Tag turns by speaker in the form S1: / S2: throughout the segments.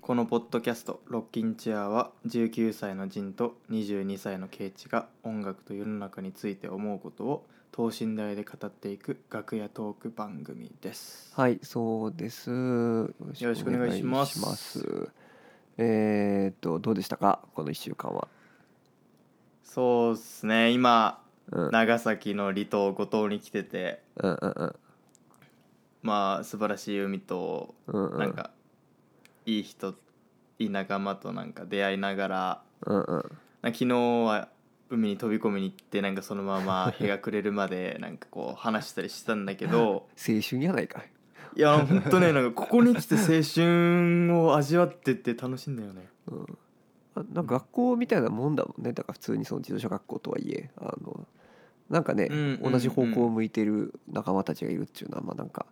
S1: このポッドキャスト「ロッキンチェア」は19歳のジンと22歳のケイチが音楽と世の中について思うことを等身大で語っていく楽屋トーク番組です。
S2: はい、そうです。よ
S1: ろしくお願いします
S2: お願いしますえーっと、どうでしたか、この一週間は。
S1: そうっすね今
S2: うん、うん、
S1: 長崎の離島五島に来てて
S2: うん、うん、
S1: まあ素晴らしい海と
S2: うん、う
S1: なん
S2: ん、
S1: かいい人いい仲間となんか出会いながら
S2: うん、うん、
S1: なんか昨日は海に飛び込みに行ってなんかそのまま日が暮れるまでなんかこう話したりしたんだけど
S2: 青春やないかい。
S1: いやほんとねなんかここに来て青春を味わってって楽しいんだよね
S2: うん、あなんか学校みたいなもんだもんね、だから普通にその自動車学校とはいえ、あの。なんかね、
S1: うんうんうん
S2: 同じ方向を向いてる仲間たちがいるっていうのは、まあ、なんか。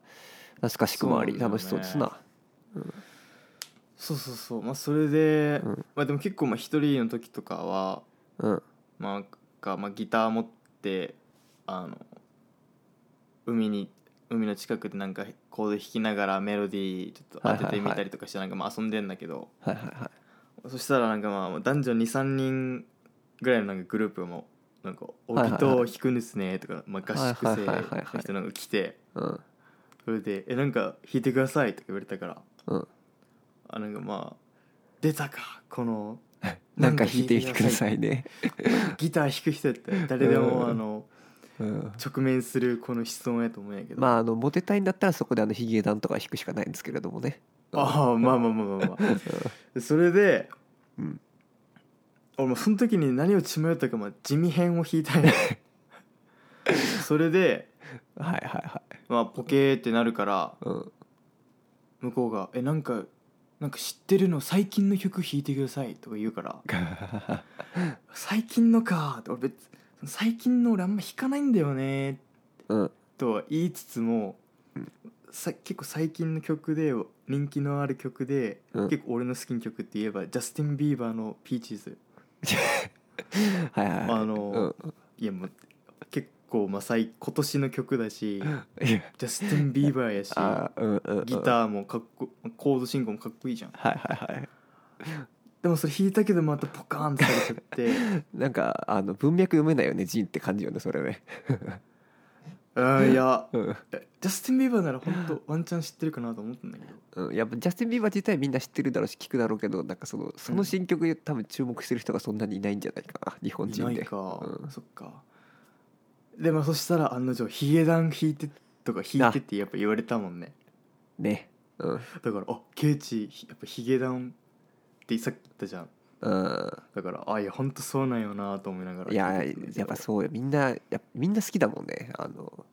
S2: 懐かしくもあり、
S1: そうなんだよね
S2: 楽しそうですな。
S1: そうそうそうまあそれで、
S2: うん
S1: まあでも結構まあ一人の時とかは
S2: うん、
S1: まあなんかまあギター持ってあの海に海の近くでなんかコード弾きながらメロディーちょっと当ててみたりとかしてなんかまあ遊んでんだけど、
S2: はい、はい、はい。
S1: そしたらなんかまあ男女23人ぐらいのなんかグループもなんか「お
S2: はいはい
S1: ギ
S2: は
S1: タ
S2: い
S1: ーを弾くんですね」とか、まあ、合宿生の人なんか来て
S2: うん、
S1: それで「えなんか弾いてください」とか言われたから
S2: うん、
S1: あなんかまあ出たかこの
S2: なんか弾いてみてくださいね。
S1: ギター弾く人って誰で
S2: う
S1: も
S2: ん
S1: あの
S2: うん。
S1: 直面するこの質問やと思うんやけど、
S2: まあ、あのモテたいんだったらそこであのヒゲダンとか弾くしかないんですけれどもね。
S1: ああまあまあまあまあまあでそれで、
S2: うん
S1: 俺もその時に何を血迷ったか、まあ、地味編を弾いたん やそれで、
S2: うんはいはいはい。
S1: まあ、ポケーってなるから
S2: うん、
S1: 向こうが「えなんかなんか知ってるの最近の曲弾いてください」とか言うから「最近のか」って俺別最近の俺あんま弾かないんだよね
S2: うん、」
S1: とは言いつつも、さ結構最近の曲で人気のある曲で、
S2: うん
S1: 結構俺の好きな曲って言えばジャスティン・ビーバーの「ピーチーズ」
S2: はいはいはい。
S1: あの
S2: うん
S1: いやもう結構まあ最今年の曲だし
S2: いや
S1: ジャスティン・ビーバーやし
S2: あーうんうんうん
S1: ギターもかっこコード進行もかっこいいじゃん
S2: はいはいはい。
S1: でもそれ弾いたけどまたポカーンってされちゃって
S2: なんかあの文脈読めないよね、ジンって感じよね、それね。
S1: うんいや
S2: うん、
S1: ジャスティン・ビーバーなら本当ワンチャン知ってるかなと思ったんだけど
S2: うん、やっぱジャスティンビーバー自体みんな知ってるだろうし、聞くだろうけど、なんかそのその新曲で多分注目してる人がそんなにいないんじゃないかな、日本
S1: い
S2: 人
S1: な
S2: で。
S1: いか、
S2: うん
S1: そっかでまあそしたら案の定ヒゲダン弾いてとか弾いてってやっぱ言われたもんね
S2: ね。うん、
S1: だからあケイチひやっぱヒゲダンってさっき言ったじゃん
S2: うん。
S1: だからあいや本当そうなんよなと思いながら
S2: いや
S1: 聞てたんだけど
S2: やっぱそうよみんなやっぱみんな好きだもんねあの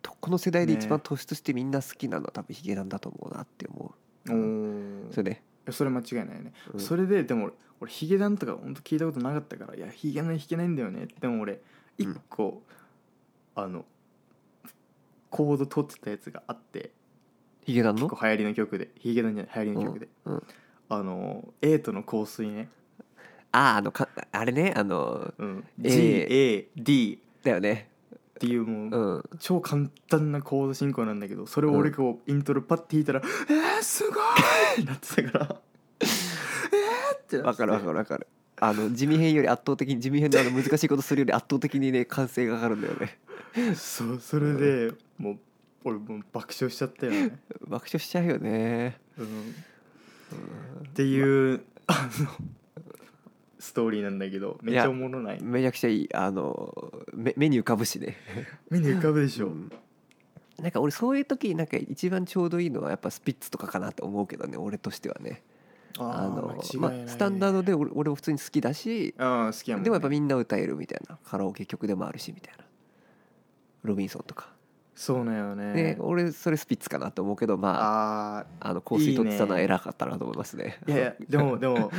S2: とこの世代で一番
S1: ね
S2: 突出してみんな好きなのは多分ヒゲダンだと思うなって思
S1: おー
S2: うそれで、
S1: いやそれ間違いないね、
S2: うん
S1: それででも俺俺ヒゲダンとか本当聞いたことなかったからいやヒゲダン弾けないんだよねでも俺一個、あのコード取ってたやつがあって
S2: ヒゲダン
S1: 結
S2: の
S1: 構流行りの曲でヒゲダンじゃない流行りの曲で、
S2: うんうん
S1: あのエイトの香水ね、
S2: あああのかあれねあの
S1: うん、
S2: え
S1: GAD
S2: だよね
S1: っていうもう、
S2: うん
S1: 超簡単なコード進行なんだけどそれを俺こうイントロパッて弾いたら「えー、すごい!」ってなってたから「えー!」ってなって
S2: わかるわかるわかるあの地味編より圧倒的に地味編のあの難しいことするより圧倒的にね歓声が上がるんだよね
S1: そうそれでもう俺もう爆笑しちゃったよね、
S2: 爆笑しちゃうよね
S1: うん、っていうあのストーリーなんだけどめっちゃおもろない
S2: めちゃくちゃいいあの目目に浮かぶしね
S1: 目に浮かぶでしょ、
S2: うんなんか俺そういう時なんか一番ちょうどいいのはやっぱスピッツとかかなと思うけどね俺としてはね
S1: あ
S2: あの
S1: ー
S2: ま
S1: 間違いないね
S2: あ、スタンダードで俺俺も普通に好きだし
S1: うん好きやもん、ね、
S2: でもやっぱみんな歌えるみたいなカラオケ曲でもあるしみたいなロビンソンとか、
S1: そうなんよね
S2: で俺それスピッツかなと思うけどまあ
S1: あ
S2: あの香水取ってたのはい
S1: いね
S2: 偉かったなと思いますね
S1: ーいやい やでもでも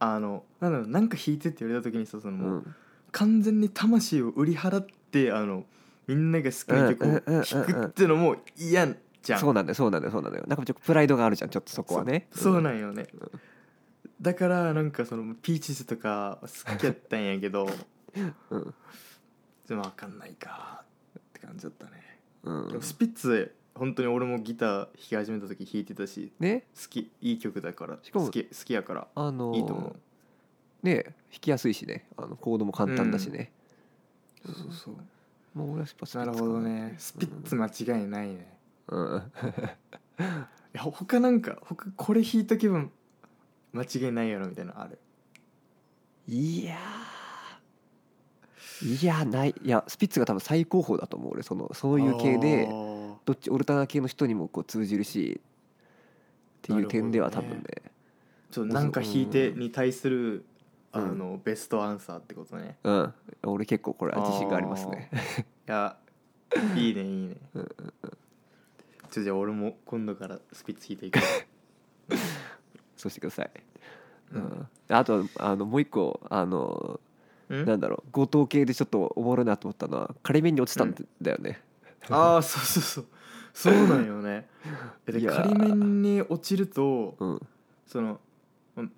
S1: あのなんだろうなんか弾いてって言われた時にさその
S2: う
S1: もう、
S2: ん、
S1: 完全に魂を売り払ってあのみんなが好きな曲を弾くってのも嫌じゃん
S2: そうなんだよそうなんだよそうなんだよなんかちょっとプライドがあるじゃんちょっとそこはね
S1: そそう
S2: うん
S1: なんよね、だからなんかそのピーチーズとか好きやったんやけど
S2: うん
S1: でも分かんないかって感じだったね、
S2: うん
S1: でもスピッツ本当に俺もギター弾き始めた時弾いてたし
S2: ね
S1: 好きいい曲だから
S2: しかも
S1: 好き好きやから
S2: あのー
S1: いいと思う
S2: ね弾きやすいしねあのコードも簡単だしね、
S1: そうそうそう
S2: もう俺はスパスピッ
S1: な
S2: ツ
S1: る
S2: か
S1: ほどねスピッツ間違いないね
S2: うん、うん
S1: いや他なんか他これ弾いとけば間違いないやろみたいなのある
S2: いやーいやないいやスピッツが多分最高峰だと思う俺そのそういう系で
S1: あー
S2: どっちオルタナ系の人にもこう通じるしっていう点では多分ね
S1: なちょっとなんか弾いてに対するあ
S2: うん
S1: のベストアンサーってことね
S2: うん俺結構これは自信がありますね
S1: いやいいねいいね
S2: うんうん
S1: ちょじゃあ俺も今度からスピッツ弾いていくわ
S2: そうしてください、
S1: う
S2: うんん、あとあのもう一個あの
S1: うん
S2: なんだろう後藤系でちょっとおもろいなと思ったのは仮面に落ちたんだよね、
S1: ああそうそうそうそうなんよ ねえで
S2: いやー
S1: 仮面に落ちると
S2: うん
S1: そのうん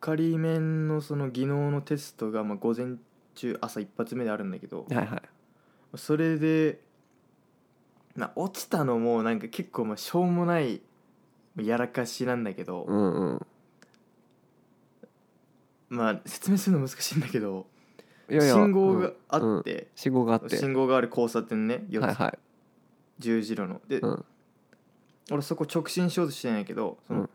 S1: 仮面のその技能のテストがまあ午前中朝一発目であるんだけど
S2: はいはい
S1: それでな落ちたのもなんか結構まあしょうもないやらかしなんだけど、
S2: うんうん
S1: まあ説明するの難しいんだけど
S2: いやいや
S1: 信号
S2: う
S1: が
S2: ん
S1: あって、
S2: うん信号があって
S1: 信号がある交差点ね四つ、
S2: はいはい
S1: 十字路ので、
S2: うん
S1: 俺そこ直進しようとしてないけどその、
S2: うん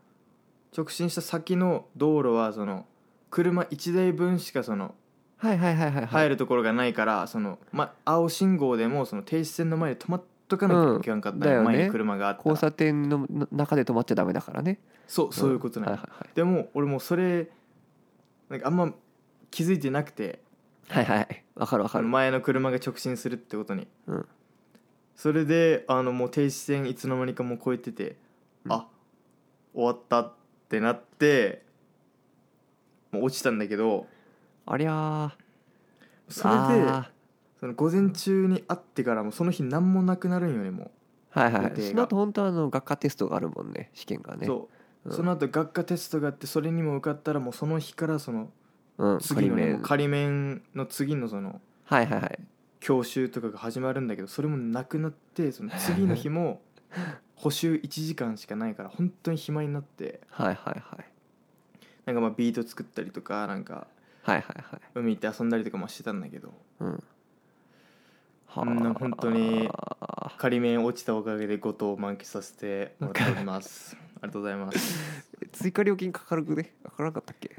S1: 直進した先の道路はその車1台分しかその
S2: はいはいはいはい
S1: 入
S2: る
S1: るところがないから、その、ま、青信号でもその停止線の前で止まっとかなきゃいけなかった、
S2: うんだよね
S1: 前に車があった
S2: 交
S1: ら
S2: 差点のな中で止まっちゃダメだからね
S1: そうそういうことなの、
S2: はいは
S1: でも俺もうそれなんかあんま気づいてなくて
S2: いはいはいはいわかるわか
S1: あの
S2: る
S1: 前の車が直進するってことに、
S2: うん
S1: それであのもう停止線いつの間にかもう超えてて、
S2: うん
S1: あ終わったってなってもう落ちたんだけど
S2: ありゃー
S1: それで
S2: あ
S1: その午前中に会ってからもうその日何もなくなるんよねも
S2: ーはいは
S1: 予
S2: い
S1: 定が
S2: その後本当はあの学科テストがあるもんね試験が
S1: う、
S2: ね
S1: そう、
S2: うん
S1: その後学科テストがあってそれにも受かったらもうその日からその
S2: うん
S1: 次
S2: 仮
S1: のね
S2: 面
S1: もう仮面の次のその
S2: はいはいはい
S1: 教習とかが始まるんだけどそれもなくなってその次の日 も補習1時間しかないから本当に暇になって
S2: はいはいはい
S1: なんかまあビート作ったりとかなんか
S2: はいはいはい
S1: 海行って遊んだりとかもしてたんだけど
S2: うんは
S1: うんなんか本当に
S2: あ
S1: 仮面落ちたおかげで後藤を満喫させてもらっておりますありがとうござい ます
S2: ー追加料金かかるくねかからなかったっけ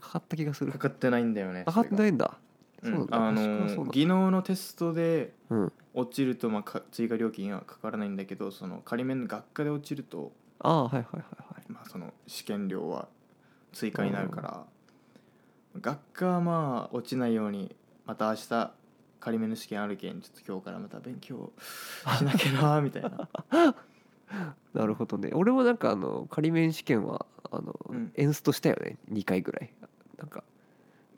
S2: かかった気がする
S1: かかってないんだよね
S2: かかってないんだ
S1: それが
S2: そううんだ
S1: あの
S2: 確かそう
S1: ー
S2: だ
S1: 技能のテストで
S2: うん
S1: 落ちるとまあか追加料金はかからないんだけどその仮面の学科で落ちると
S2: ああはいはいはいはい
S1: まあ、その試験料は追加になるから、学科はまあ落ちないようにまた明日仮面の試験あるけんちょっと今日からまた勉強しなきゃなみたい な
S2: なるほどね俺もなんかあの仮免試験はあの、
S1: うん
S2: エンストしたよね2回ぐらいなんか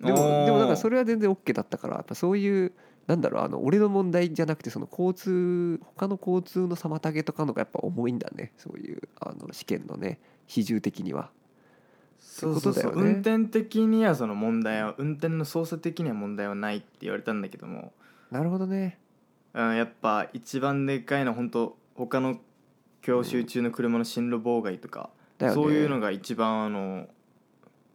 S2: で
S1: おー
S2: もでもなんかそれは全然 OK だったからやっぱそういうなんだろうあの俺の問題じゃなくてその交通他の交通の妨げとかのがやっぱ重いんだねそういうあの試験のね比重的には
S1: そうそうそう
S2: ってことだよね
S1: 運転的にはその問題は運転の操作的には問題はないって言われたんだけども、
S2: なるほどね
S1: うん、やっぱ一番でかいのは本当他の教習中の車の進路妨害とか、
S2: だよね
S1: そういうのが一番あの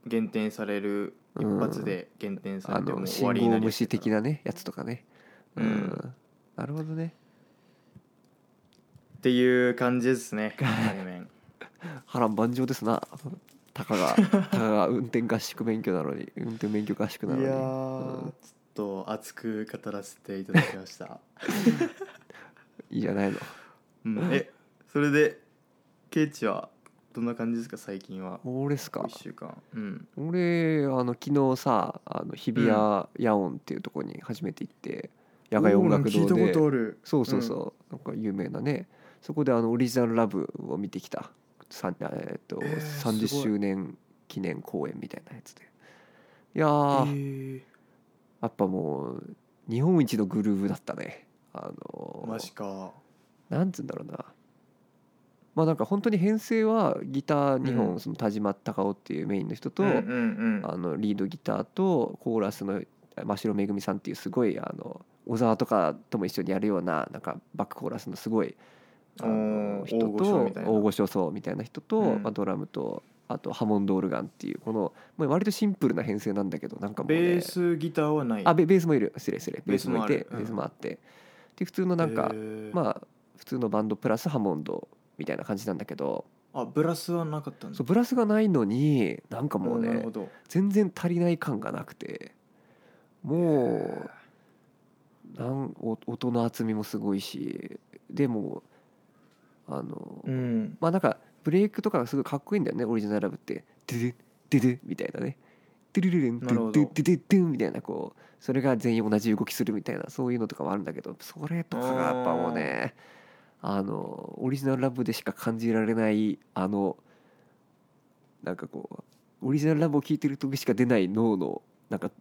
S1: 減点される一発で減点さ
S2: あ
S1: れてもう
S2: の
S1: 終
S2: 信
S1: わりにな
S2: 号
S1: り
S2: 無
S1: やすい
S2: 視
S1: から
S2: 的なねやつとかね
S1: うん
S2: なるほどね
S1: っていう感じです ね仮面
S2: 波乱万丈ですなた かがたかが運転合宿免許なのに運転免許合宿な の
S1: い
S2: に
S1: やー
S2: う
S1: ちょ
S2: ん
S1: っと熱く語らせていただきま した、
S2: いいじゃないの
S1: うんえそれでケイチはどんな感じですか最近は
S2: 俺っすか
S1: 1週間うん
S2: 俺あの昨日さあの日比谷ヤオンっていうところに初めて行って、野外音楽堂
S1: おー聞い
S2: で
S1: たことある
S2: そうそうそう、なんか有名なねそこであのオリジナルラブを見てきたさんえーっと、
S1: えー
S2: 30
S1: すごい
S2: 周年記念公演みたいなやつでいや
S1: う
S2: ー、
S1: んへ
S2: やっぱもう日本一のグルーヴだったねあの
S1: ー、マジか
S2: なんつうんだろうなまあなんか本当に編成はギター2本、
S1: うん
S2: その田島隆夫っていうメインの人と、
S1: うんうんうん
S2: あのリードギターとコーラスの真城めぐみさんっていうすごいあの小沢とかとも一緒にやるようななんかバックコーラスのすごいあの
S1: おー
S2: 人と
S1: 大御所みたいな
S2: 大御所そうみたいな人と、
S1: うん
S2: まあ、ドラムとあとハモンドオルガンっていうこのもう割とシンプルな編成なんだけどなんかもう、ね、
S1: ベースギターはない
S2: あベベースもいる失礼失礼ベースもいてベ
S1: ベースもあるうん
S2: ースもあって、で普通のなんか、
S1: あ
S2: まあ普通のバンドプラスハモンドみたいな感じなんだけど
S1: あブラスはなかったんだ
S2: そうブラスがないのになんかもう
S1: おーなる
S2: ね
S1: ほど
S2: 全然足りない感がなくてもう
S1: へ
S2: なんお音の厚みもすごいしでもあの、
S1: ーうん
S2: まあなんかブレイクとかがすごいかっこいいんだよねオリジナルラブって「デデデデ」みたいなね「デルルルンデ
S1: なるほど
S2: デデデデン」みたいなこうそれが全員同じ動きするみたいなそういうのとかもあるんだけどそれとかがやっぱもうねあのオリジナルラブでしか感じられないあのなんかこうオリジナルラブを聴いてる時しか出ない脳のなんか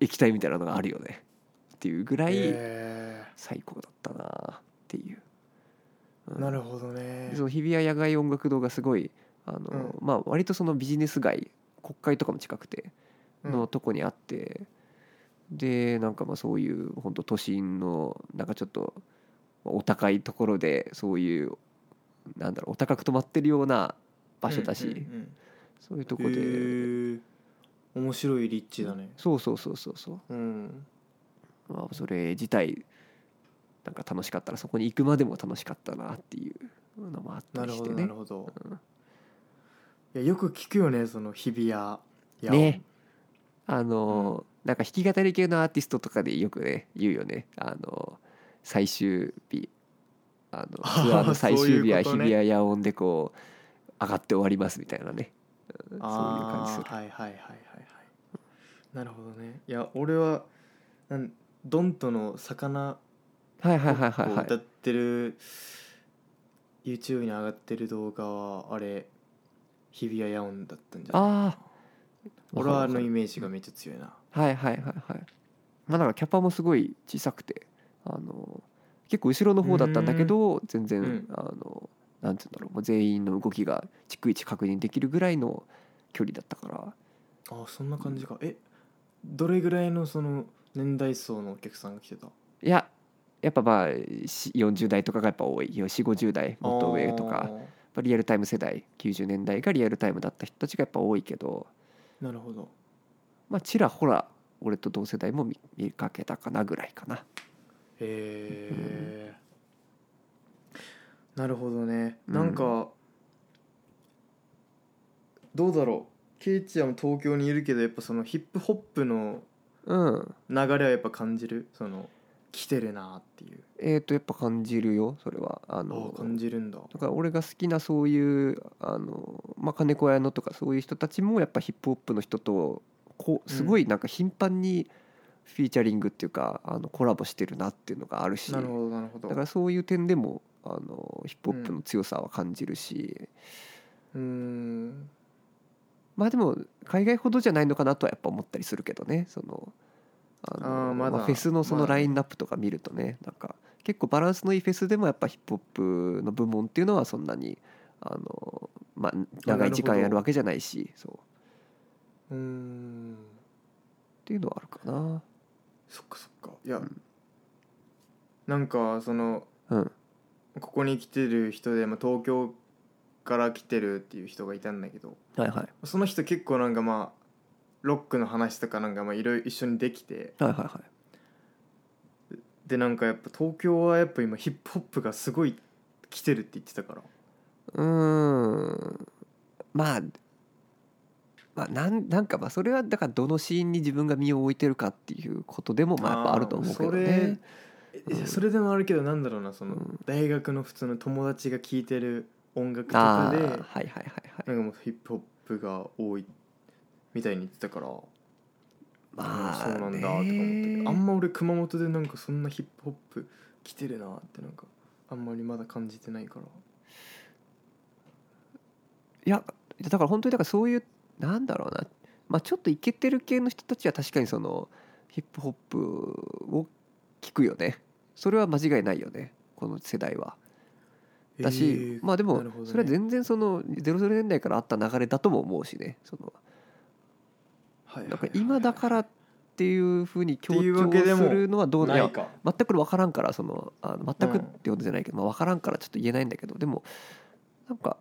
S2: 液体みたいなのがあるよねっていうぐらい。
S1: へ
S2: 最高だったなっていう、う
S1: ー
S2: ん
S1: なるほどね
S2: その日比谷野外音楽堂がすごいあの、
S1: う
S2: まあ割とそのビジネス街国会とかも近くて
S1: うん
S2: のとこにあって、でなんかまあそういう本当都心のなんかちょっとまあお高いところでそういうなんだろうお高く泊まってるような場所だし、
S1: うんうん
S2: そういうと
S1: うん
S2: こで、
S1: へー面白い立地だね
S2: そうそうそうそうそう
S1: うん
S2: まあ、それ自体なんか楽しかったらそこに行くまでも楽しかったなっていうのもあった
S1: な
S2: り
S1: る
S2: し
S1: ほ
S2: て
S1: ど
S2: ね
S1: なるほどいやよく聞くよねその日比谷
S2: う
S1: 野
S2: んねあのーなんか弾き語り系のアーティストとかでよくね言うよねあのー最終日あ のツアーの最終日は
S1: そういうこ
S2: 日
S1: と
S2: 比
S1: ね
S2: 谷野音でこう上がって終わりますみたいなね、うんそういう感じする
S1: あーはいはいはいはいはいなるほどねいや俺はなんドンとの魚
S2: はいはいはいはい
S1: を
S2: は
S1: 歌
S2: い
S1: ってる YouTube に上がってる動画はあれ日比谷野音だったんじゃない
S2: ああ
S1: 俺はあのイメージがめっちゃ強いな
S2: はいはいはいはいまあだからキャパもすごい小さくてあの結構後ろの方だったんだけど全然、
S1: うん
S2: あのなんて言うんだろうもう全員の動きが逐一確認できるぐらいの距離だったから
S1: あそんな感じかえどれぐらいのその年代層のお客さんが来てた
S2: いややっぱまあし40代とかがやっぱ多い4 5 0代もっと上とかやっ
S1: あ
S2: ぱリアルタイム世代90年代がリアルタイムだった人たちがやっぱ多いけど
S1: ーなるほど
S2: まあちらほら俺と同世代も見見かけたかなぐらいかな。
S1: へえ、なるほどね
S2: うん
S1: なんか、どうだろうケイチはもう東京にいるけどやっぱそのヒップホップの
S2: うん
S1: 流れはやっぱ感じるその来てるなっていう
S2: えー、とやっぱ感じるよそれはあ
S1: あ
S2: の
S1: ー感じるんだ
S2: だから俺が好きなそういうあの、まあ、金子屋のとかそういう人たちもやっぱヒップホップの人とこうすごいなんか頻繁にフィーチャリングっていうかあのコラボしてるなっていうのがあるし
S1: なるほどなるほど
S2: だからそういう点でもあのヒップホップの強さは感じるし、
S1: うーん
S2: まあでも海外ほどじゃないのかなとはやっぱ思ったりするけどねそのあの
S1: あーまだ
S2: フェスのその
S1: まだ
S2: ラ
S1: ね
S2: インナップとか見るとねなんか結構バランスのいいフェスでもやっぱヒップホップの部門っていうのはそんなにあの、まあ、長い時間やるわけじゃないしそうっ
S1: うーん
S2: ていうのはあるかな。
S1: そっかそっかいや、
S2: うん
S1: なんかその
S2: うん
S1: ここに来てる人で、まあ、東京から来てるっていう人がいたんだけど
S2: はいはい
S1: その人結構なんかまあロックの話とかなんかまあいろいろ一緒にできて
S2: はいはいは
S1: でなんかやっぱ東京はやっぱ今ヒップホップがすごい来てるって言ってたから
S2: いうーんまあまあなんなんかまあそれはだからどのシーンに自分が身を置いてるかっていうことでもまあやっぱあると思うけどね。
S1: あーそれ,
S2: う
S1: え、
S2: ん
S1: それでもあるけどなんだろうなその、
S2: うん
S1: 大学の普通の友達が聴いてる音楽と
S2: あ
S1: か
S2: あ
S1: で
S2: ーはい
S1: な
S2: はい
S1: んか
S2: はいはい。
S1: もうヒップホップが多いみたいに言ってたから、
S2: まあ、
S1: そうなんだとか思ったけどあんま俺熊本でなんかそんなヒップホップ来てるなってなんかあんまりまだ感じてないから
S2: いやだから本当にだからそういうなんだろうな、まあ、ちょっとイケてる系の人たちは確かにそのヒップホップを聞くよねそれは間違いないよねこの世代はだ
S1: え
S2: し、
S1: ー
S2: まあでも
S1: なるほどね
S2: それは全然その00年代からあった流れだとも思うしねその
S1: はいはい
S2: なん
S1: は
S2: か
S1: い
S2: 今だからっていうふうに強
S1: っていうわ
S2: 調
S1: けでも
S2: するのはどう
S1: な
S2: ないの
S1: か
S2: 全くこれ分からんからそのあの全く
S1: う
S2: っ
S1: ん
S2: てことじゃないけど、まあ、分からんからちょっと言えないんだけどでもなんか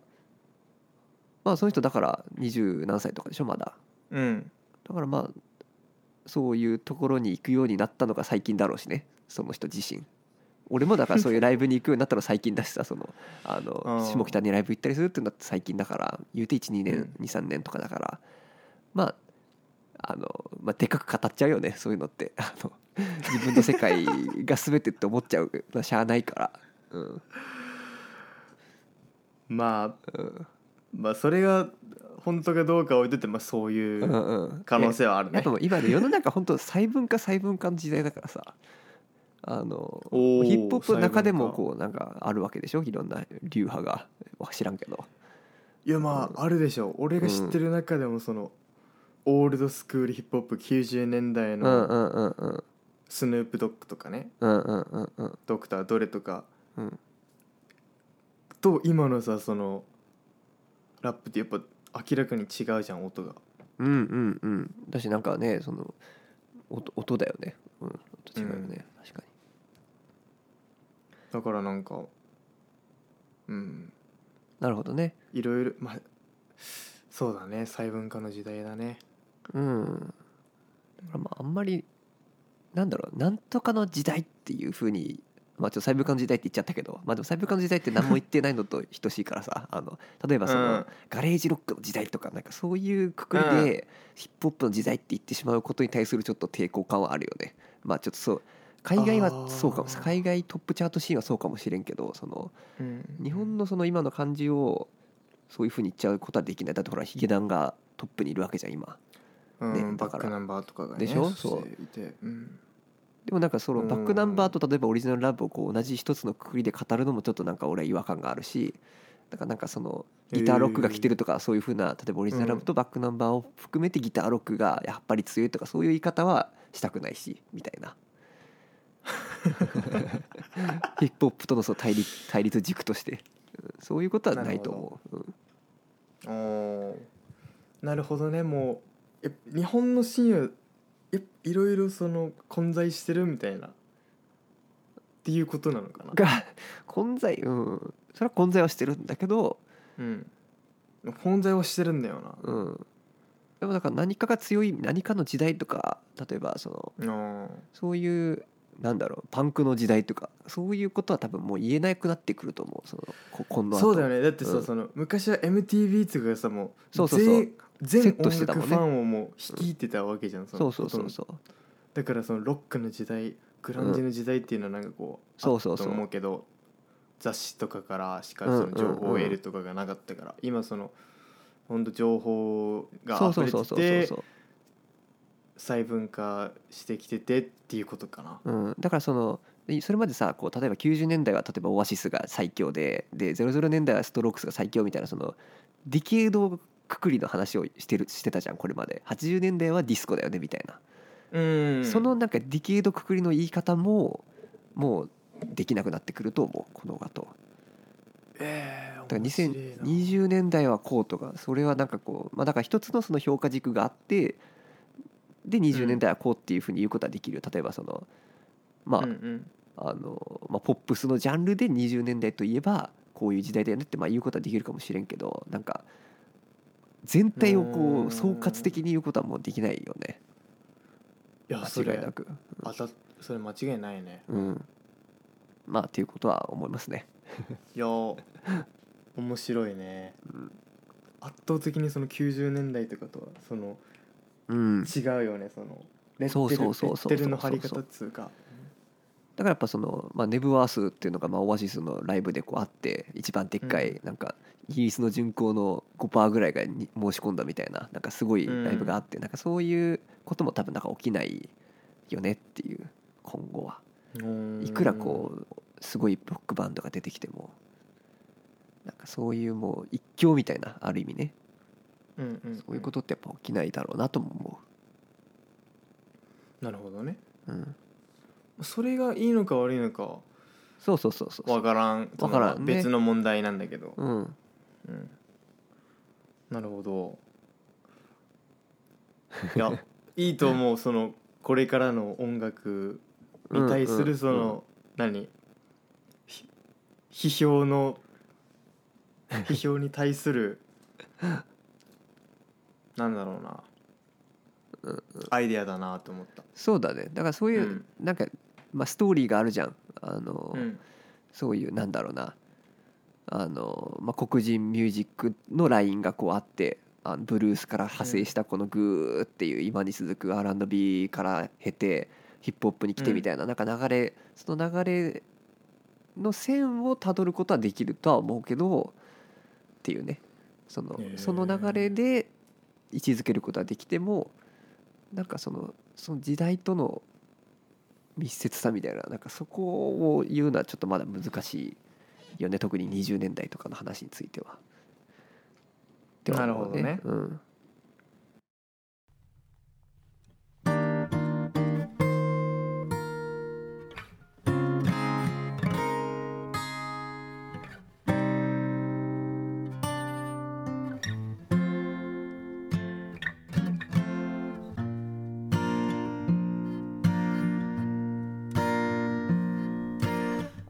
S2: まあその人だから二十何歳とかでしょまだ
S1: うん
S2: だからまあそういうところに行くようになったのが最近だろうしねその人自身俺もだからそういうライブに行くようになったの最近だしさそのあ
S1: う
S2: の
S1: ん
S2: 下北にライブ行ったりするってなって最近だから言うて12年
S1: う
S2: 23年とかだからまああのまあでかく語っちゃうよねそういうのってあの自分の世界が全てって思っちゃうのはしゃあないからうん
S1: まあ
S2: うん
S1: まあそれが本当かどうかは置いといてまあそういううん
S2: うん
S1: 可能性はある
S2: や
S1: ね
S2: っぱもう今ね世の中本当細分化細分化の時代だからさあのヒ
S1: おー
S2: ップホップの中でも
S1: 細分
S2: こうなんかあるわけでしょいろんな流派がわ知らんけど
S1: いやまああるでしょう俺が知ってる中でもそのオールドスクールヒップホップ90年代
S2: うんう
S1: の
S2: んうんうん
S1: スヌープドッグとかね
S2: うんうんうんうん
S1: ドクタードレとか
S2: うん
S1: と今のさそのラップってやっぱ明らかに違うじゃん音が
S2: うんうんうんだしなんかねその音音だよねうん音違うよね確か
S1: だからなんかうん
S2: になるほどね
S1: いろいろまあそうだね細分化の時代だね
S2: うんだからまああんまりなんだろうなんとかの時代っていうふうにまあちょっと細分化の時代って言っちゃったけどまあでも細分化の時代って何も言ってないのと等しいからさあの例えばその、
S1: うん
S2: ガレージロックの時代とかなんかそういうくくりでヒップホップの時代って言ってしまうことに対するちょっと抵抗感はあるよね。まあちょっとそう海外はそうかも
S1: あー
S2: 海外トップチャートシーンはそうかもしれんけどその
S1: うん
S2: 日本のその今の感じをそういうふうに言っちゃうことはできないだってほらヒゲダンがトップにいるわけじゃん今
S1: うん、
S2: ね
S1: バ
S2: だ
S1: ッ
S2: から
S1: クナンバーとかがね
S2: でしょ
S1: そしていてうん
S2: でもなんかその
S1: うん
S2: バックナンバーと例えばオリジナルラブをこう同じ一つのくくりで語るのもちょっとなんか俺は違和感があるしだからなんかそのギターロックが来てるとかそういうふうな例えばオリジナルラブとバックナンバーを含めてギターロックがやっぱり強いとかそういう言い方はしたくないしみたいなヒップホップとのその対立対立軸としてうんそういうことはないと思う、うん
S1: おーなるほどねもうえ日本のシーンはえいろいろその混在してるみたいなっていうことなのかな、
S2: が混在うんそれは混在はしてるんだけど
S1: うん、混在はしてるんだよな
S2: うん、でもだから何かが強い何かの時代とか例えばその
S1: あ
S2: そういうなんだろうパンクの時代とかそういうことは多分もう言えなくなってくると思うそのこ今
S1: ー
S2: 度は
S1: そうだよねだってさ、
S2: うん
S1: その昔は MTV とかがさもう
S2: そうそうそう
S1: 全全
S2: セッ
S1: 音
S2: トしてた
S1: 楽
S2: もん
S1: フ
S2: ね
S1: ァンをもう率いてたわけじゃん、
S2: そうそう
S1: ほと
S2: そ
S1: ん
S2: う
S1: ど
S2: そう
S1: だからそのロックの時代グランジの時代っていうのはなんかこう、
S2: そうそうそ
S1: あ
S2: う
S1: ったと思うけど雑誌とかからしかその情報を得るとかがなかったから、今そのほんと情報が
S2: そう
S1: 溢
S2: そう
S1: れ
S2: そう
S1: て
S2: そうそう
S1: て細分化してきててっていうことかな。
S2: うん、だからそのいそれまでさこう例えば90年代は例えばオアシスが最強でで00年代はストロークスが最強みたいなそのディケードくくりの話をしてるしてたじゃんこれまで80年代はディスコだよねみたいな
S1: うん
S2: そのなんかディケードくくりの言い方ももうできなくなってくると思うこの後
S1: えー、面白い
S2: だから
S1: な
S2: 2020年代はこうとかそれはなんかこうまあだから一つのその評価軸があってで20年代はこうっていうふうに言うことはできるよ例えばそのまあ
S1: うんうん
S2: あのまあポップスのジャンルで20年代といえばこういう時代だよねってまあ言うことはできるかもしれんけどなんか全体をこ
S1: うん
S2: う総括的に言うことはもうできないよね
S1: いやそ
S2: 間違い
S1: れ
S2: なく。
S1: 当たっそれ間違いないね
S2: うん、まあということは思いますね。
S1: い やー面白いね
S2: うん
S1: 圧倒的にその90年代とかとはその
S2: うん、だか
S1: 違うよねそのレ
S2: そ
S1: ッ
S2: う
S1: テルレ
S2: そうそう
S1: ッ
S2: そう
S1: テルの貼り方
S2: そうそう
S1: っつうから
S2: やっぱその、まあ、ネブワースっていうのが、まあ、オアシスのライブでこうあって一番でっかいなんかイギリスの巡航の5%ぐらいがに申し込んだみたいななんかすごいライブがあって、なんかそういうことも多分なんか起きないよねっていう今後は。いくらこうすごいロックバンドが出てきてもなんかそういうもう一興みたいなある意味ね
S1: う、うんうんん
S2: そういうことってやっぱ起きないだろうなとも思
S1: なるほどね
S2: う。うん、
S1: それがいいのか悪いのか
S2: そうそうそうそうそう
S1: わからん
S2: わからん
S1: その別の問題なんだけど、
S2: うん
S1: うん、 なるほどいやいいと思うそのこれからの音楽に対するその、何ひ批評 の批評に対するなんだろうな、
S2: うん
S1: アイデアだなと思った。
S2: そうだねだからそういう、
S1: うん
S2: なんか、まあ、ストーリーがあるじゃんあの、
S1: うん
S2: そういうなんだろうなあの、まあ、黒人ミュージックのラインがこうあってあのブルースから派生したこのグーっていう今に続く R&B から経てヒップホップに来てみたいななんか流れその流れの線をたどることはできるとは思うけどっていうねその
S1: へー
S2: その流れで位置づけることはできてもなんかそのその時代との密接さみたいななんかそこを言うのはちょっとまだ難しいよね特に20年代とかの話については。って思
S1: な
S2: う
S1: るほ
S2: うん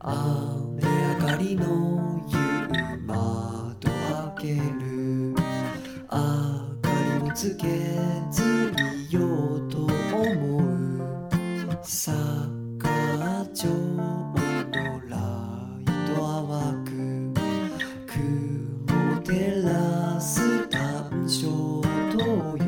S2: 雨上がりの夕窓開ける明かりをつけずにいようと思う
S3: 坂町のライト淡く雲を照らす単焦灯よ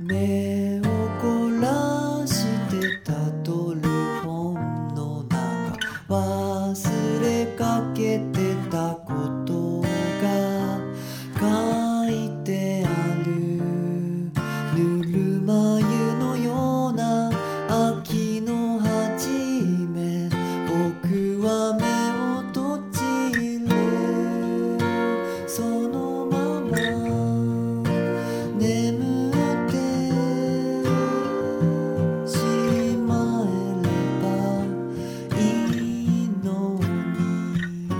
S3: 目を凝らしてたどる本の中忘れかけてたことが書いてあるぬるま湯のような秋の初め僕は目を閉じるそのまま眠ってしまえればいいのに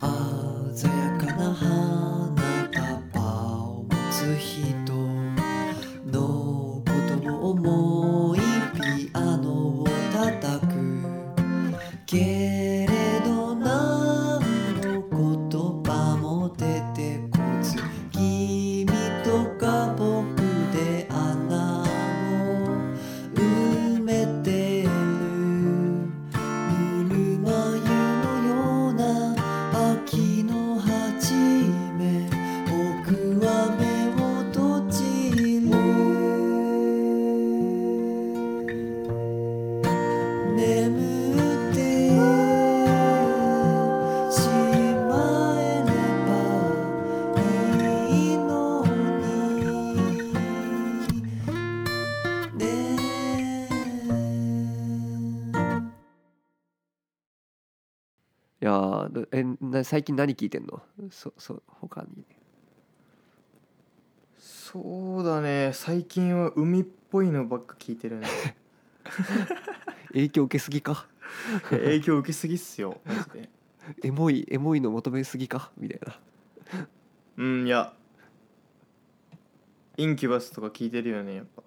S3: 鮮やかな花束を持つ人のことを思いピアノを叩くけれど何の言葉も出てこず君とか僕で穴を埋めてるぬるま湯のような秋の初め僕は目を閉じる眠ってしまえればいいのにね
S2: いやーどえな最近何聞いてんのそそ他に
S1: そうだね最近は海っぽいのばっか聞いてる ね
S2: 影響受けすぎか
S1: 影響受けすぎっすよマジで
S2: エモいエモいの求めすぎかみたいな
S1: うんいやインキュバスとか聞いてるよねやっぱ
S2: ああ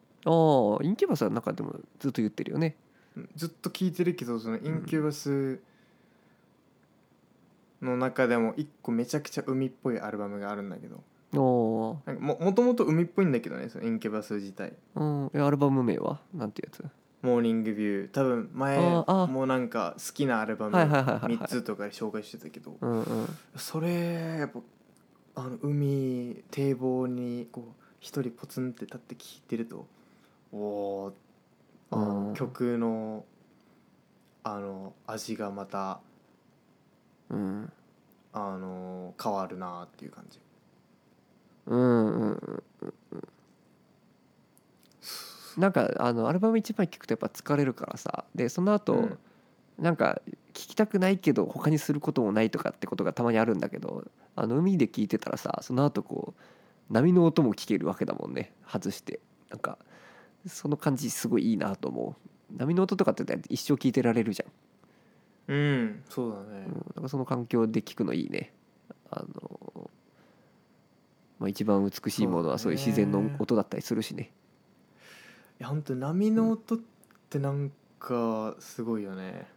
S2: インキュバスはなんかでもずっと言ってるよね
S1: うんずっと聞いてるけどそのインキュバスの中でも一個めちゃくちゃ海っぽいアルバムがあるんだけど
S2: おー
S1: なんかももともと海っぽいんだけどねそのインキュバス自体
S2: うんえアルバム名はなんてやつ
S1: モーニングビュー多分前
S2: あーあー
S1: もなんか好きなアルバム
S2: はいはいはいはいはい
S1: 3つとかで紹介してたけど
S2: うんうん
S1: それやっぱあの海堤防にこう一人ポツンって立って聴いてるとおーあ
S2: う
S1: の
S2: ん
S1: 曲のあの味がまた
S2: うん
S1: あの変わるなっていう感じ
S2: うんうんうんなんかあのアルバム一枚聴くとやっぱ疲れるからさでその後、
S1: うん
S2: なんか聴きたくないけど他にすることもないとかってことがたまにあるんだけどあの海で聴いてたらさその後こう波の音も聞けるわけだもんね外してなんかその感じすごいいいなと思う波の音とかって一生聴いてられるじゃ
S1: う
S2: ん
S1: んそうだね
S2: うん、なんかその環境で聞くのいいねあのまあ、一番美しいものは
S1: そ
S2: そうう
S1: だね
S2: いう自然の音だったりするしね
S1: いや本当波の音ってなんかすごいよね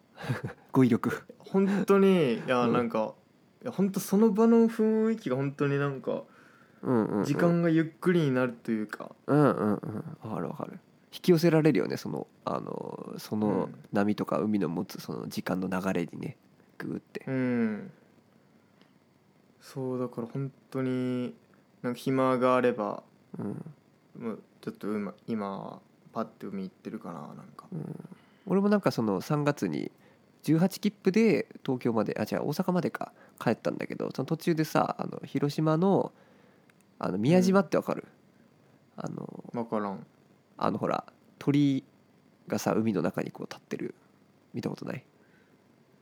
S2: 語彙力
S1: 本当にいや
S2: うん
S1: なんか、いや本当その場の雰囲気が本当になんか
S2: うんうんうん
S1: 時間がゆっくりになるというか、
S2: うんうんうんわかるわかる引き寄せられるよねそのあのその
S1: うん
S2: 波とか海の持つその時間の流れにねグーって
S1: うんそうだから本当になんか暇があれば
S2: うん、
S1: もうちょっと今今パッて海行ってるかななんか
S2: うん、俺もなんかその3月に18切符で東京まであ違う大阪までか帰ったんだけどその途中でさあの広島のあの宮島ってわかる、あの
S1: 分からん
S2: あのほら鳥がさ海の中にこう立ってる見たことない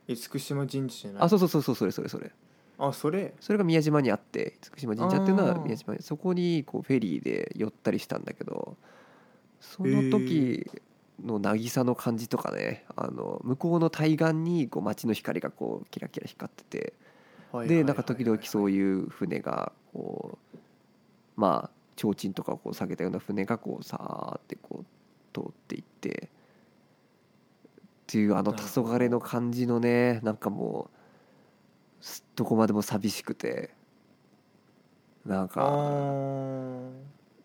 S1: 厳島神社じゃない
S2: あそうそうそうそうそれそれそれ
S1: あそれ
S2: それが宮島にあって厳島神社っていうの
S1: あ
S2: は
S1: ー
S2: 宮島にそこにこうフェリーで寄ったりしたんだけどその時の渚の感じとかねあの向こうの対岸にこう街の光がこうキラキラ光っててでなんか時々そう
S1: いう
S2: いう船がこうまあ提灯とかをこう下げたような船がこうさーってこう通っていってっていうあ
S1: な
S2: の
S1: る
S2: 黄
S1: ほど
S2: 昏の感じのねなんかもうすどこまでも寂しくてなん
S1: あ
S2: か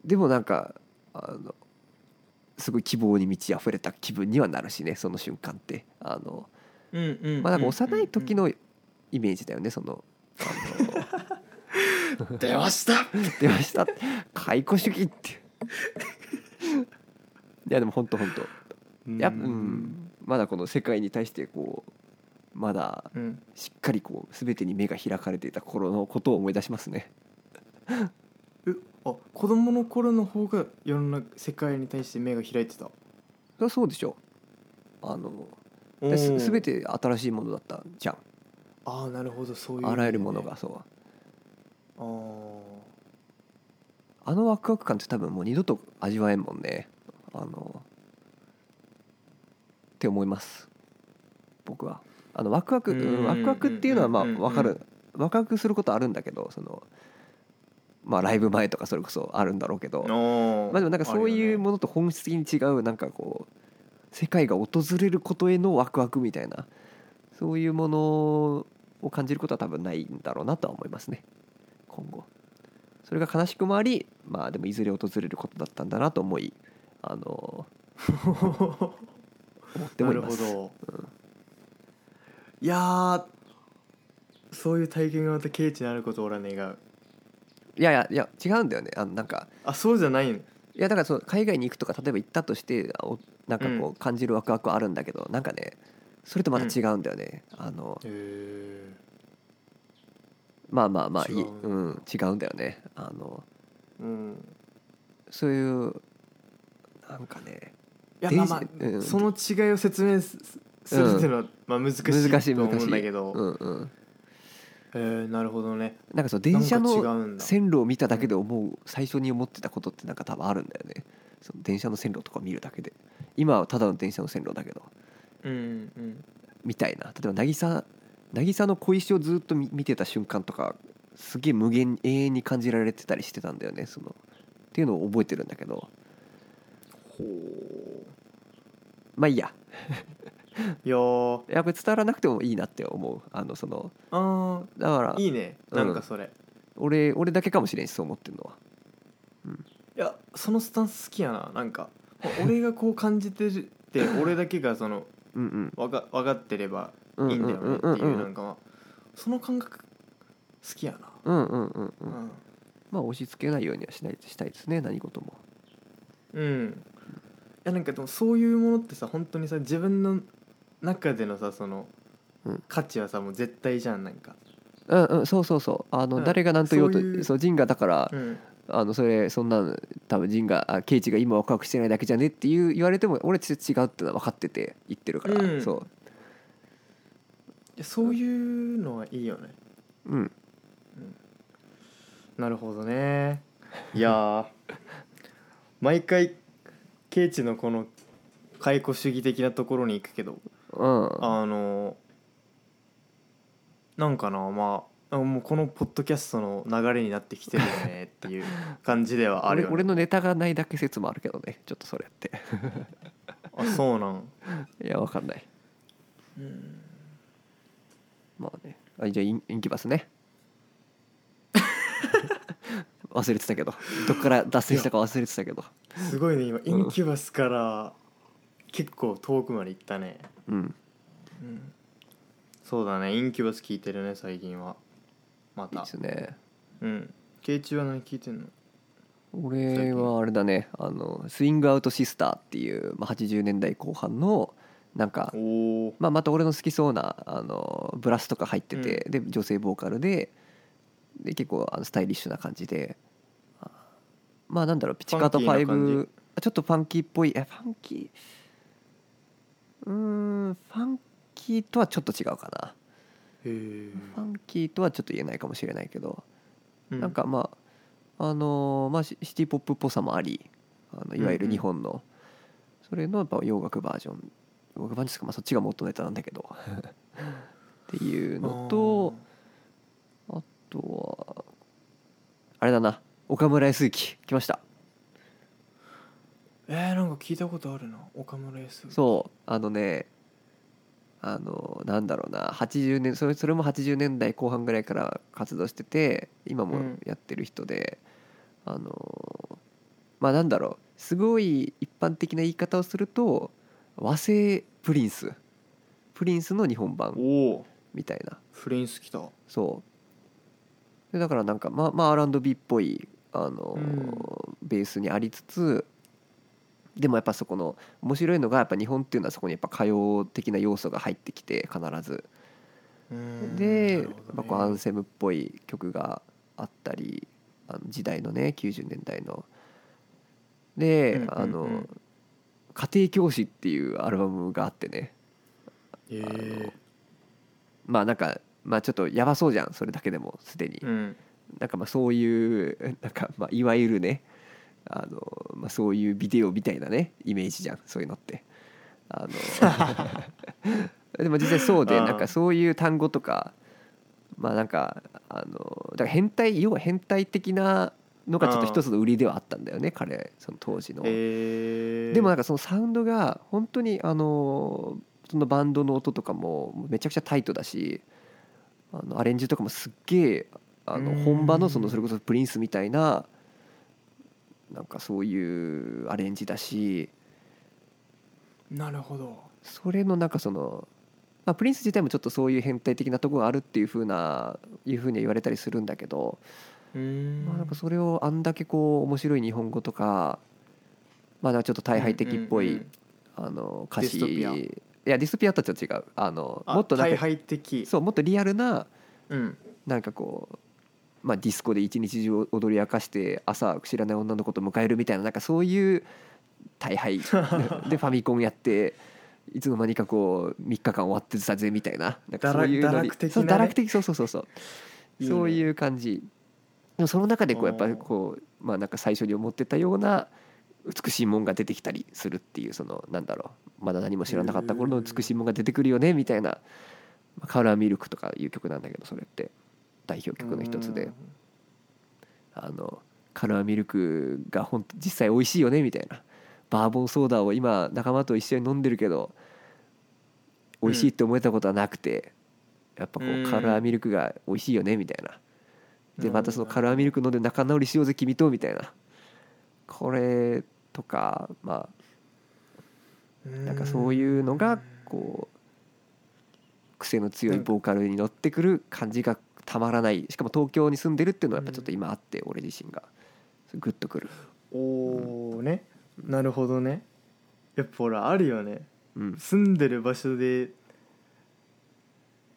S2: でもなんかあのすごい希望に満ち溢れた気分にはなるしねその瞬間ってあの
S1: ーうんうん
S2: まあなんか幼い時
S1: うん
S2: のイメージだよねその。あの
S1: うん出ました
S2: 出ました解雇主義っていういやでも本当本当やっぱ、うん、まだこの世界に対してこうまだ
S1: うん
S2: しっかりこう全てに目が開かれていた頃のことを思い出しますね
S1: えあ子供の頃の方が世の中世界に対して目が開いてた
S2: そりゃそうでしょあの
S1: お
S2: で
S1: ー
S2: す全て新しいものだったじゃん
S1: ああなるほどそういう意味
S2: あらゆるもの
S1: でね
S2: がそう
S1: あー
S2: あのワクワク感って多分もう二度と味わえんもんねあのって思います僕はあのワクワク、
S1: うんうんうん
S2: うんワクワクっていうのはまあ
S1: うんうんうん
S2: 分かるワクワクすることあるんだけどそのまあライブ前とかそれこそあるんだろうけど
S1: あ
S2: まあでもなんかそういうものと本質的に違うなんかこう世界が訪れることへのワクワクみたいなそういうものを感じることは多分ないんだろうなとは思いますね今後それが悲しくもありまあでもいずれ訪れることだったんだなと思いあ
S1: の
S2: の
S1: ね
S2: 思ってもい
S1: なる
S2: ま
S1: ほ
S2: す
S1: ど、いやーそういう体験がまた境地になることを俺は願う
S2: いやいやいや違うんだよねあのなんか
S1: あそうじゃないの
S2: いやだからその海外に行くとか例えば行ったとしてあおなんか
S1: う
S2: こう感じるワクワクはあるんだけど、なんかねそれとまた違うんだよね、あの
S1: へえ
S2: まあまあまあいい、
S1: 違う
S2: うん、違うんだよねあの
S1: うん
S2: そういうなんかね
S1: いやまあまあ、
S2: デイジうん
S1: その違いを説明すするっていうのは、まあ、難し
S2: 難し
S1: い
S2: い
S1: と
S2: 難
S1: 思う
S2: し
S1: んだ
S2: い
S1: けど、
S2: うんうん、
S1: えー、なるほどね
S2: なんかその電車
S1: なんか違
S2: の
S1: うんだ
S2: 線路を見ただけで思う最初に思ってたことってなんか多分あるんだよねその電車の線路とか見るだけで今はただの電車の線路だけど
S1: うんうん
S2: みたいな例えば渚渚の小石をずっと見見てた瞬間とかすげえ無限永遠に感じられてたりしてたんだよねそのっていうのを覚えてるんだけど
S1: ほう
S2: まあいいや
S1: いやー
S2: いやこれ伝わらなくてもいいなって思うあのその
S1: あ
S2: だから
S1: ーいいねなんかそれ、
S2: 俺俺だけかもしれんしそう思ってるのは。
S1: いやそのスタンス好きやななんか俺がこう感じてるって 俺だけがその
S2: うんうん
S1: わか分かってれば
S2: うん
S1: いいんだよねっていう
S2: う
S1: なんんかまあその感覚好きやな、
S2: うんうんうんう
S1: うんん
S2: まあ押し付けないようにはしないしたいですね何事も
S1: うんいやなんかでもそういうものってさ本当にさ自分の中でのさその
S2: うん
S1: 価値はさもう絶対じゃんなんか、
S2: うんうんそうそうそうあの、
S1: うん
S2: 誰が何と言おうと
S1: そう
S2: そ
S1: いう
S2: うジンがだから、
S1: うん、
S2: あのそれそんなの多分ジンがあケイチが今ワクワクしてないだけじゃねっていう言われても俺ち違うってのは分かってて言ってるから、
S1: うん
S2: そ
S1: いやそういうのはいいよね
S2: ううん
S1: なるほどねいやー毎回ケイチのこの解雇主義的なところに行くけど
S2: うん
S1: あのなんかなまああもうこのポッドキャストの流れになってきてるよねっていう感じではある
S2: 俺
S1: よ、 ね、
S2: 俺のネタがないだけ説もあるけどねちょっとそれって
S1: あそうなん
S2: いやわかんない
S1: うん
S2: まあねあじゃあインインキュバスね 忘れてたけどどっから脱線したか忘れてたけど
S1: すごいね今インキュバスから結構遠くまで行ったね、
S2: うん
S1: うん、そうだねインキュバス聞いてるね最近はま
S2: いい
S1: た
S2: ですね
S1: うん慶中は何聞いてんの
S2: 俺はあれだねあのスイングアウトシスターっていう、まあ、80年代後半のなんか
S1: おお
S2: まあ、また俺の好きそうなあのブラスとか入ってて、で女性ボーカルでで結構あのスタイリッシュな感じであまあなんだろうピチカート
S1: パンキーな感
S2: 5あちょっとファンキーっぽいえファンキーうーんファンキーとはちょっと違うかな
S1: へえ、
S2: ファンキーとはちょっと言えないかもしれないけど、
S1: う
S2: なんかまああのーまあ、シシティ・ポップっぽさもありあのいわゆる日本の、それのやっぱ洋楽バージョン洋楽バージョンですか、まあ、そっちが元ネタなんだけど っていうのとあとはあれだな岡村康之来ました
S1: あーえー、なんか聞いたことあるな岡村康
S2: そうあのねあのなんだろうな80年それそれも80年代後半ぐらいから活動してて今
S1: う
S2: も
S1: ん
S2: やってる人で、あのまあなんだろうすごい一般的な言い方をすると和製プリンスプリンスの日本版
S1: おお
S2: みたいな
S1: フレンス来た
S2: そうでだからなんかまあまあ R&B っぽいあの、
S1: うん
S2: ベースにありつつでもやっぱそこの面白いのがやっぱ日本っていうのはそこにやっぱ歌謡的な要素が入ってきて必ずで、やっぱこうアンセムっぽい曲があったりあの時代のね90年代の
S1: う
S2: で、
S1: んうんうん
S2: あの「家庭教師」っていうアルバムがあってね
S1: えー
S2: まあなんかまあちょっとやばそうじゃんそれだけでもすでに
S1: う。ん
S2: なんかまあそういうなんかまあいわゆるねあの、まあ、そういうビデオみたいなねイメージじゃんそういうのって。あのでも実際そうで
S1: うん
S2: なんかそういう単語とかまあなんかあのだから変態要は変態的なのがちょっと一つの売りではあったんだよね彼その当時の。
S1: えー、
S2: でもなんかそのサウンドが本当にあのそのバンドの音とかもめちゃくちゃタイトだしあのアレンジとかもすっげえあの
S1: うん
S2: 本場のそのそれこそプリンスみたいななんかそういうアレンジだし
S1: なるほど
S2: それのなんかその、まあ、プリンス自体もちょっとそういう変態的なところがあるっていうふうないうふうには言われたりするんだけど
S1: うーん
S2: まあ、なんかそれをあんだけこう面白い日本語とかまあなんかちょっと
S1: う
S2: 大敗的っぽい。
S1: んうんうん
S2: あの歌詞
S1: ディストピア
S2: いやディストピアとはちょっと違うあの
S1: あ
S2: もっとなん
S1: 大
S2: か
S1: 敗的
S2: そうもっとリアルな
S1: うん
S2: なんかこう、まあ、ディスコで一日中踊り明かして朝知らない女の子と迎えるみたいななんかそういう 大敗でファミコンやっていつの間にかこう3日間終わってたぜみたいななんかそうい
S1: 堕
S2: う
S1: 落
S2: ノリ
S1: 堕落的なね
S2: そう堕落的そうそうそうそう
S1: いいね
S2: そういう感じでもその中でこう
S1: あ
S2: や
S1: ー
S2: っぱりこうまあなんか最初に思ってたような美しいもんが出てきたりするっていうそのなんだろうまだ何も知らなかった頃の美しいもんが出てくるよねみたいな「まあカラーミルク」とかいう曲なんだけどそれって代表曲の一つであのカラーミルクが本当実際美味しいよねみたいなバーボンソーダを今仲間と一緒に飲んでるけど美味しいって思えたことはなくて、やっぱこ
S1: うん
S2: うカラーミルクが美味しいよねみたいな、で
S1: うん
S2: またそのカラーミルク飲んで仲直りしようぜ君とみたいなこれとかまあなんかそういうのがこう癖の強いボーカルに乗ってくる感じがたまらないしかも東京に住んでるっていうのはやっぱちょっと今あって俺自身がグッとくる。
S1: うんおおねなるほどねやっぱほらあるよね
S2: うん
S1: 住んでる場所で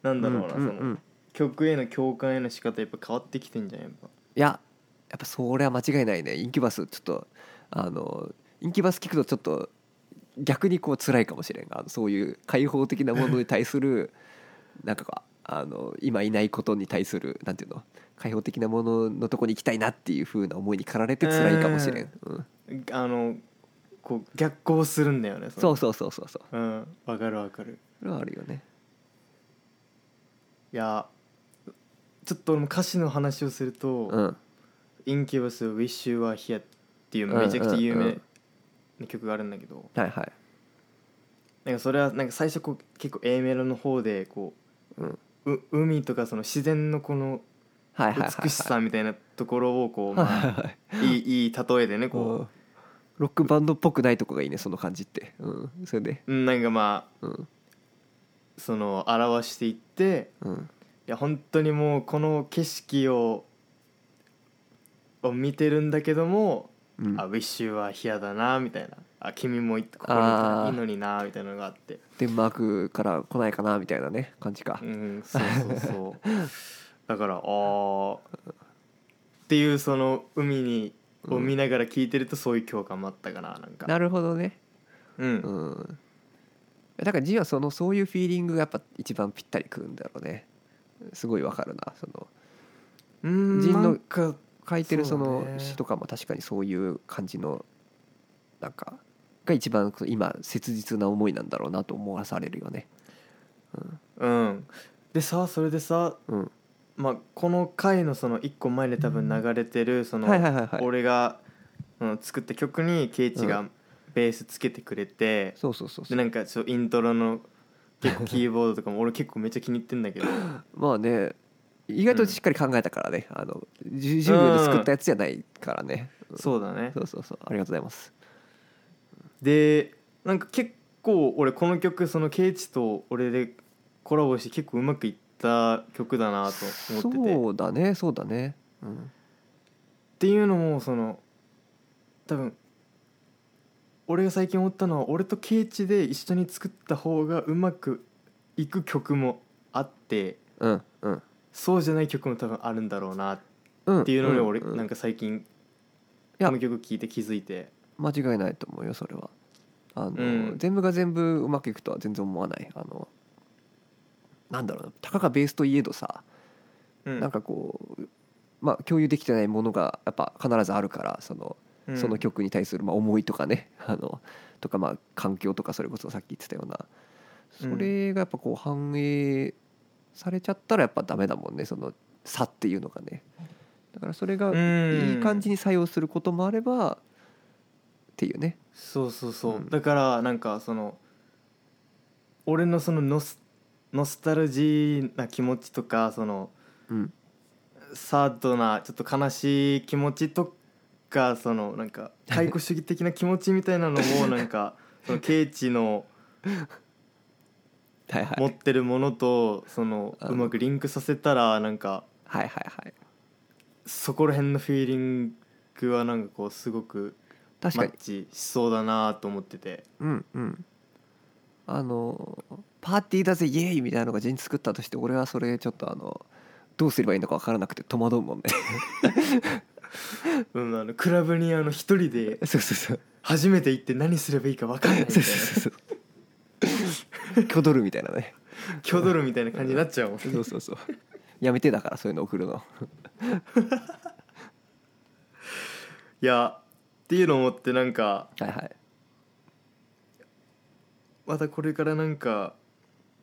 S1: なんだろうな、
S2: んん
S1: そ
S2: ん
S1: の曲への共感への仕方やっぱ変わってきてんじゃんやっぱ
S2: いややっぱそれは間違いないねインキュバスちょっとあのインキュバス聞くとちょっと逆にこう辛いかもしれんがあのそういう開放的なものに対する なんかこうあの今いないことに対するなんていうの開放的なもののとこに行きたいなっていう風な思いに駆られて辛いかもしれん、うん、
S1: あのこう逆行するんだよね
S2: そう
S1: う
S2: そうそうそうそう
S1: うんわかるわかる
S2: それはあるよね
S1: いやちょっと俺も歌詞の話をすると「
S2: うん
S1: インキュバス Wish You Were Here」っていうめちゃくちゃ有
S2: うんうんう
S1: 名
S2: ん
S1: な曲があるんだけど、
S2: はいはい
S1: なんかそれはなんか最初こう結構 A メロの方でこ
S2: うん
S1: うう海とかその自然のこの
S2: はいはいはいはい
S1: 美しさみたいなところをこう、ま
S2: はい はい
S1: あ、
S2: はい
S1: いいいい例えでねこ
S2: こうロックバンドっぽくないとこがいいねその感じってうんそれで
S1: ううんなんかま
S2: うん
S1: あその表していって
S2: うん
S1: いや本当にもうこの景色をを見てるんだけども
S2: う
S1: 「
S2: ん
S1: あウィッシュは冷やだな」みたいな「あ君もいここにいたらいいのにな」みたいなのがあって
S2: デンマークから来ないかなみたいなね感じか
S1: うんそうそうそうだからああっていうその海にを見ながら聞いてるとそういう共感もあったかななんか
S2: なるほどね
S1: うん
S2: うんだから G はそのそういうフィーリングがやっぱ一番ぴったりくるんだろうねすごいわかるなその
S1: うん
S2: 人の
S1: なんか
S2: 書いてる
S1: そ
S2: そう
S1: だ
S2: の
S1: ね
S2: 詩とかも確かにそういう感じのなんかが一番こう今切実な思いなんだろうなと思わされるよね。
S1: うんでさそれでさ、
S2: うん
S1: まあ、この回のその1個前で多分流れてるその、
S2: はいはいはいはい。
S1: 俺が、うん、作った曲にケイチ
S2: う
S1: がベースつけてくれて、
S2: そうそうそうそ
S1: で
S2: う。
S1: なんかちょイントロの結構キーボードとかも俺結構めっちゃ気に入ってんだけど
S2: まあね意外としっかり考えたからね、あのじ10秒で作ったやつじゃないからね。
S1: そうだね
S2: そうそうそうありがとうございます。
S1: でなんか結構俺この曲そのケイチと俺でコラボして結構うまくいった曲だなと思っててっ
S2: そうだねそうだね。うん
S1: ていうのもその多分俺が最近思ったのは俺とケイチで一緒に作った方がうまくいく曲もあって
S2: うんうん
S1: そうじゃない曲も多分あるんだろうなっ
S2: うん。
S1: ていうのに俺
S2: うんうん
S1: なんか最近
S2: いや
S1: この曲聴いて気づいて
S2: 間違いないと思うよそれは
S1: う
S2: あの、
S1: ん
S2: 全部が全部うまくいくとは全然思わないあのなんだろうなたかがベースといえどさ、
S1: うん
S2: なんかこうまあ共有できてないものがやっぱ必ずあるからその,、
S1: うん
S2: その曲に対するまあ思いとかねあのとかまあ環境とかそれこそさっき言ってたようなそれがやっぱこう反映されちゃったらやっぱダメだもんねその差っていうのがねだからそれが
S1: うん
S2: いい感じに作用することもあればっていうね
S1: そうそうそう、
S2: うん
S1: だからなんかその俺のそのノスノスタルジーな気持ちとかその
S2: うん
S1: サードなちょっと悲しい気持ちとかそのなんか解雇主義的な気持ちみたいなのもなん かそのケイチの
S2: はいはい
S1: 持ってるものとその
S2: あの
S1: うまくリンクさせたらなんか
S2: はいはいはい
S1: そこら辺のフィーリングはなんかこうすごく
S2: 確
S1: マ
S2: かに
S1: ッチしそうだなと思ってて
S2: うんうんあのパーティーだぜイエーイみたいなのが人作ったとして俺はそれちょっとあのどうすればいいのか分からなくて戸惑うもんね
S1: うんあのクラブにあの一人で
S2: そうそうそう
S1: 初めて行って何すればいいか分かんないみた
S2: そ
S1: いうな
S2: そうそう挙取るみたいなね
S1: 挙取るみたいな感じになっちゃうもん
S2: そうそうそうやめてだからそういうの送るの
S1: いやっていうのを思ってなんか
S2: はいはい
S1: またこれからなんか、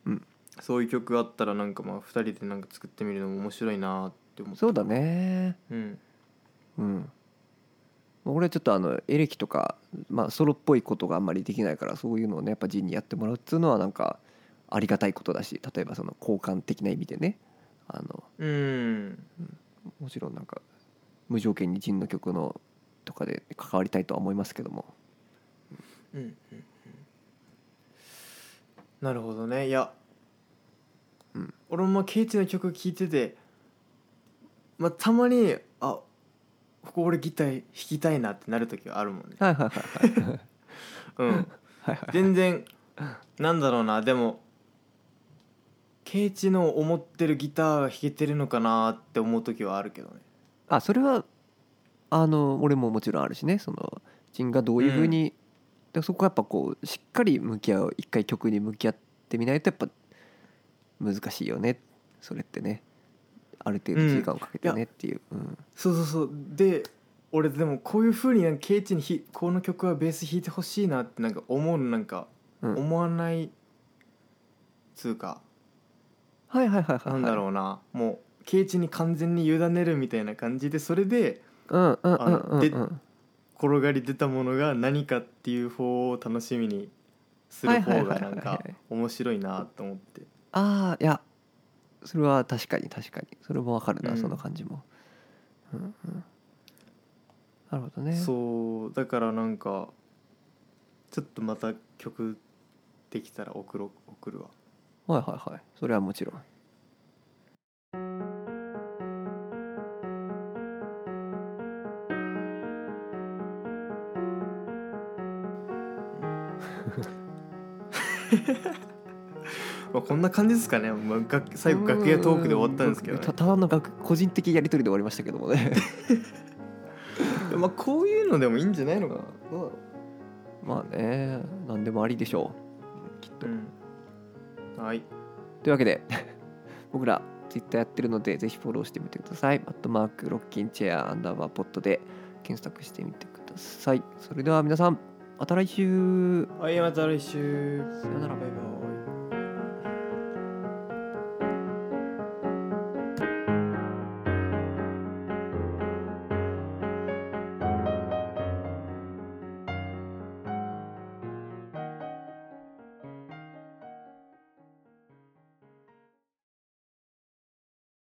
S2: うん
S1: そういう曲あったらなんかまあ2人でなんか作ってみるのも面白いなって思って
S2: そうだね
S1: うん
S2: うん俺はちょっとあのエレキとか、まあ、ソロっぽいことがあんまりできないからそういうのをねやっぱジンにやってもらうっていうのはなんかありがたいことだし例えばその交換的な意味でねあの
S1: うん
S2: もちろんなんか無条件にジンの曲のとかで関わりたいとは思いますけども
S1: うんうんうんなるほどねいや、
S2: うん
S1: 俺もまあケイチの曲聴いてて、まあ、たまにあここ俺ギター弾きたいなってなる時はあるもんね
S2: はいはいはいはい
S1: うん
S2: はいはい
S1: 全然なんだろうなでもケイチの思ってるギターが弾けてるのかなって思う時はあるけどね
S2: あそれはあの俺ももちろんあるしねそのジンがどういうふうに、でそこはやっぱこうしっかり向き合う一回曲に向き合ってみないとやっぱ難しいよねそれってねある程度時間をかけて
S1: うんい
S2: ねっていう、うん
S1: そうそうそうで俺でもこういう風になんかケイチにひこの曲はベース弾いてほしいなってなんか思うのなんか
S2: うん
S1: 思わないつうか、
S2: はいはいはいはいはい
S1: なんだろうなもうケイチに完全に委ねるみたいな感じでそれで
S2: うんうんうんうん
S1: で
S2: うん
S1: 転がり出たものが何かっていう方を楽しみにする方がなん
S2: はいはいはい
S1: か
S2: はいはい
S1: 面白いなと思って
S2: ああいやそれは確かに確かにそれもわかるな、
S1: うん
S2: その感じも、うんうん、なるほどね
S1: そうだからなんかちょっとまた曲できたら送ろう送るわ
S2: はいはいはいそれはもちろん
S1: まあ、こんな感じですかね、まあ、楽最後楽屋トークで終わったんですけど、
S2: う
S1: ね
S2: たただの楽個人的やり取りで終わりましたけどもね
S1: で まあ、こういうのでもいいんじゃないのかな、
S2: まあね何でもありでしょうきっと、
S1: うん、はい
S2: というわけで 僕らツイッターやってるのでぜひフォローしてみてくださいアットマークロッキンチェアアンダーバーポットで検索してみてくださいそれでは皆さんまた来週
S1: はいまた来週
S2: さよなら
S1: バイバイ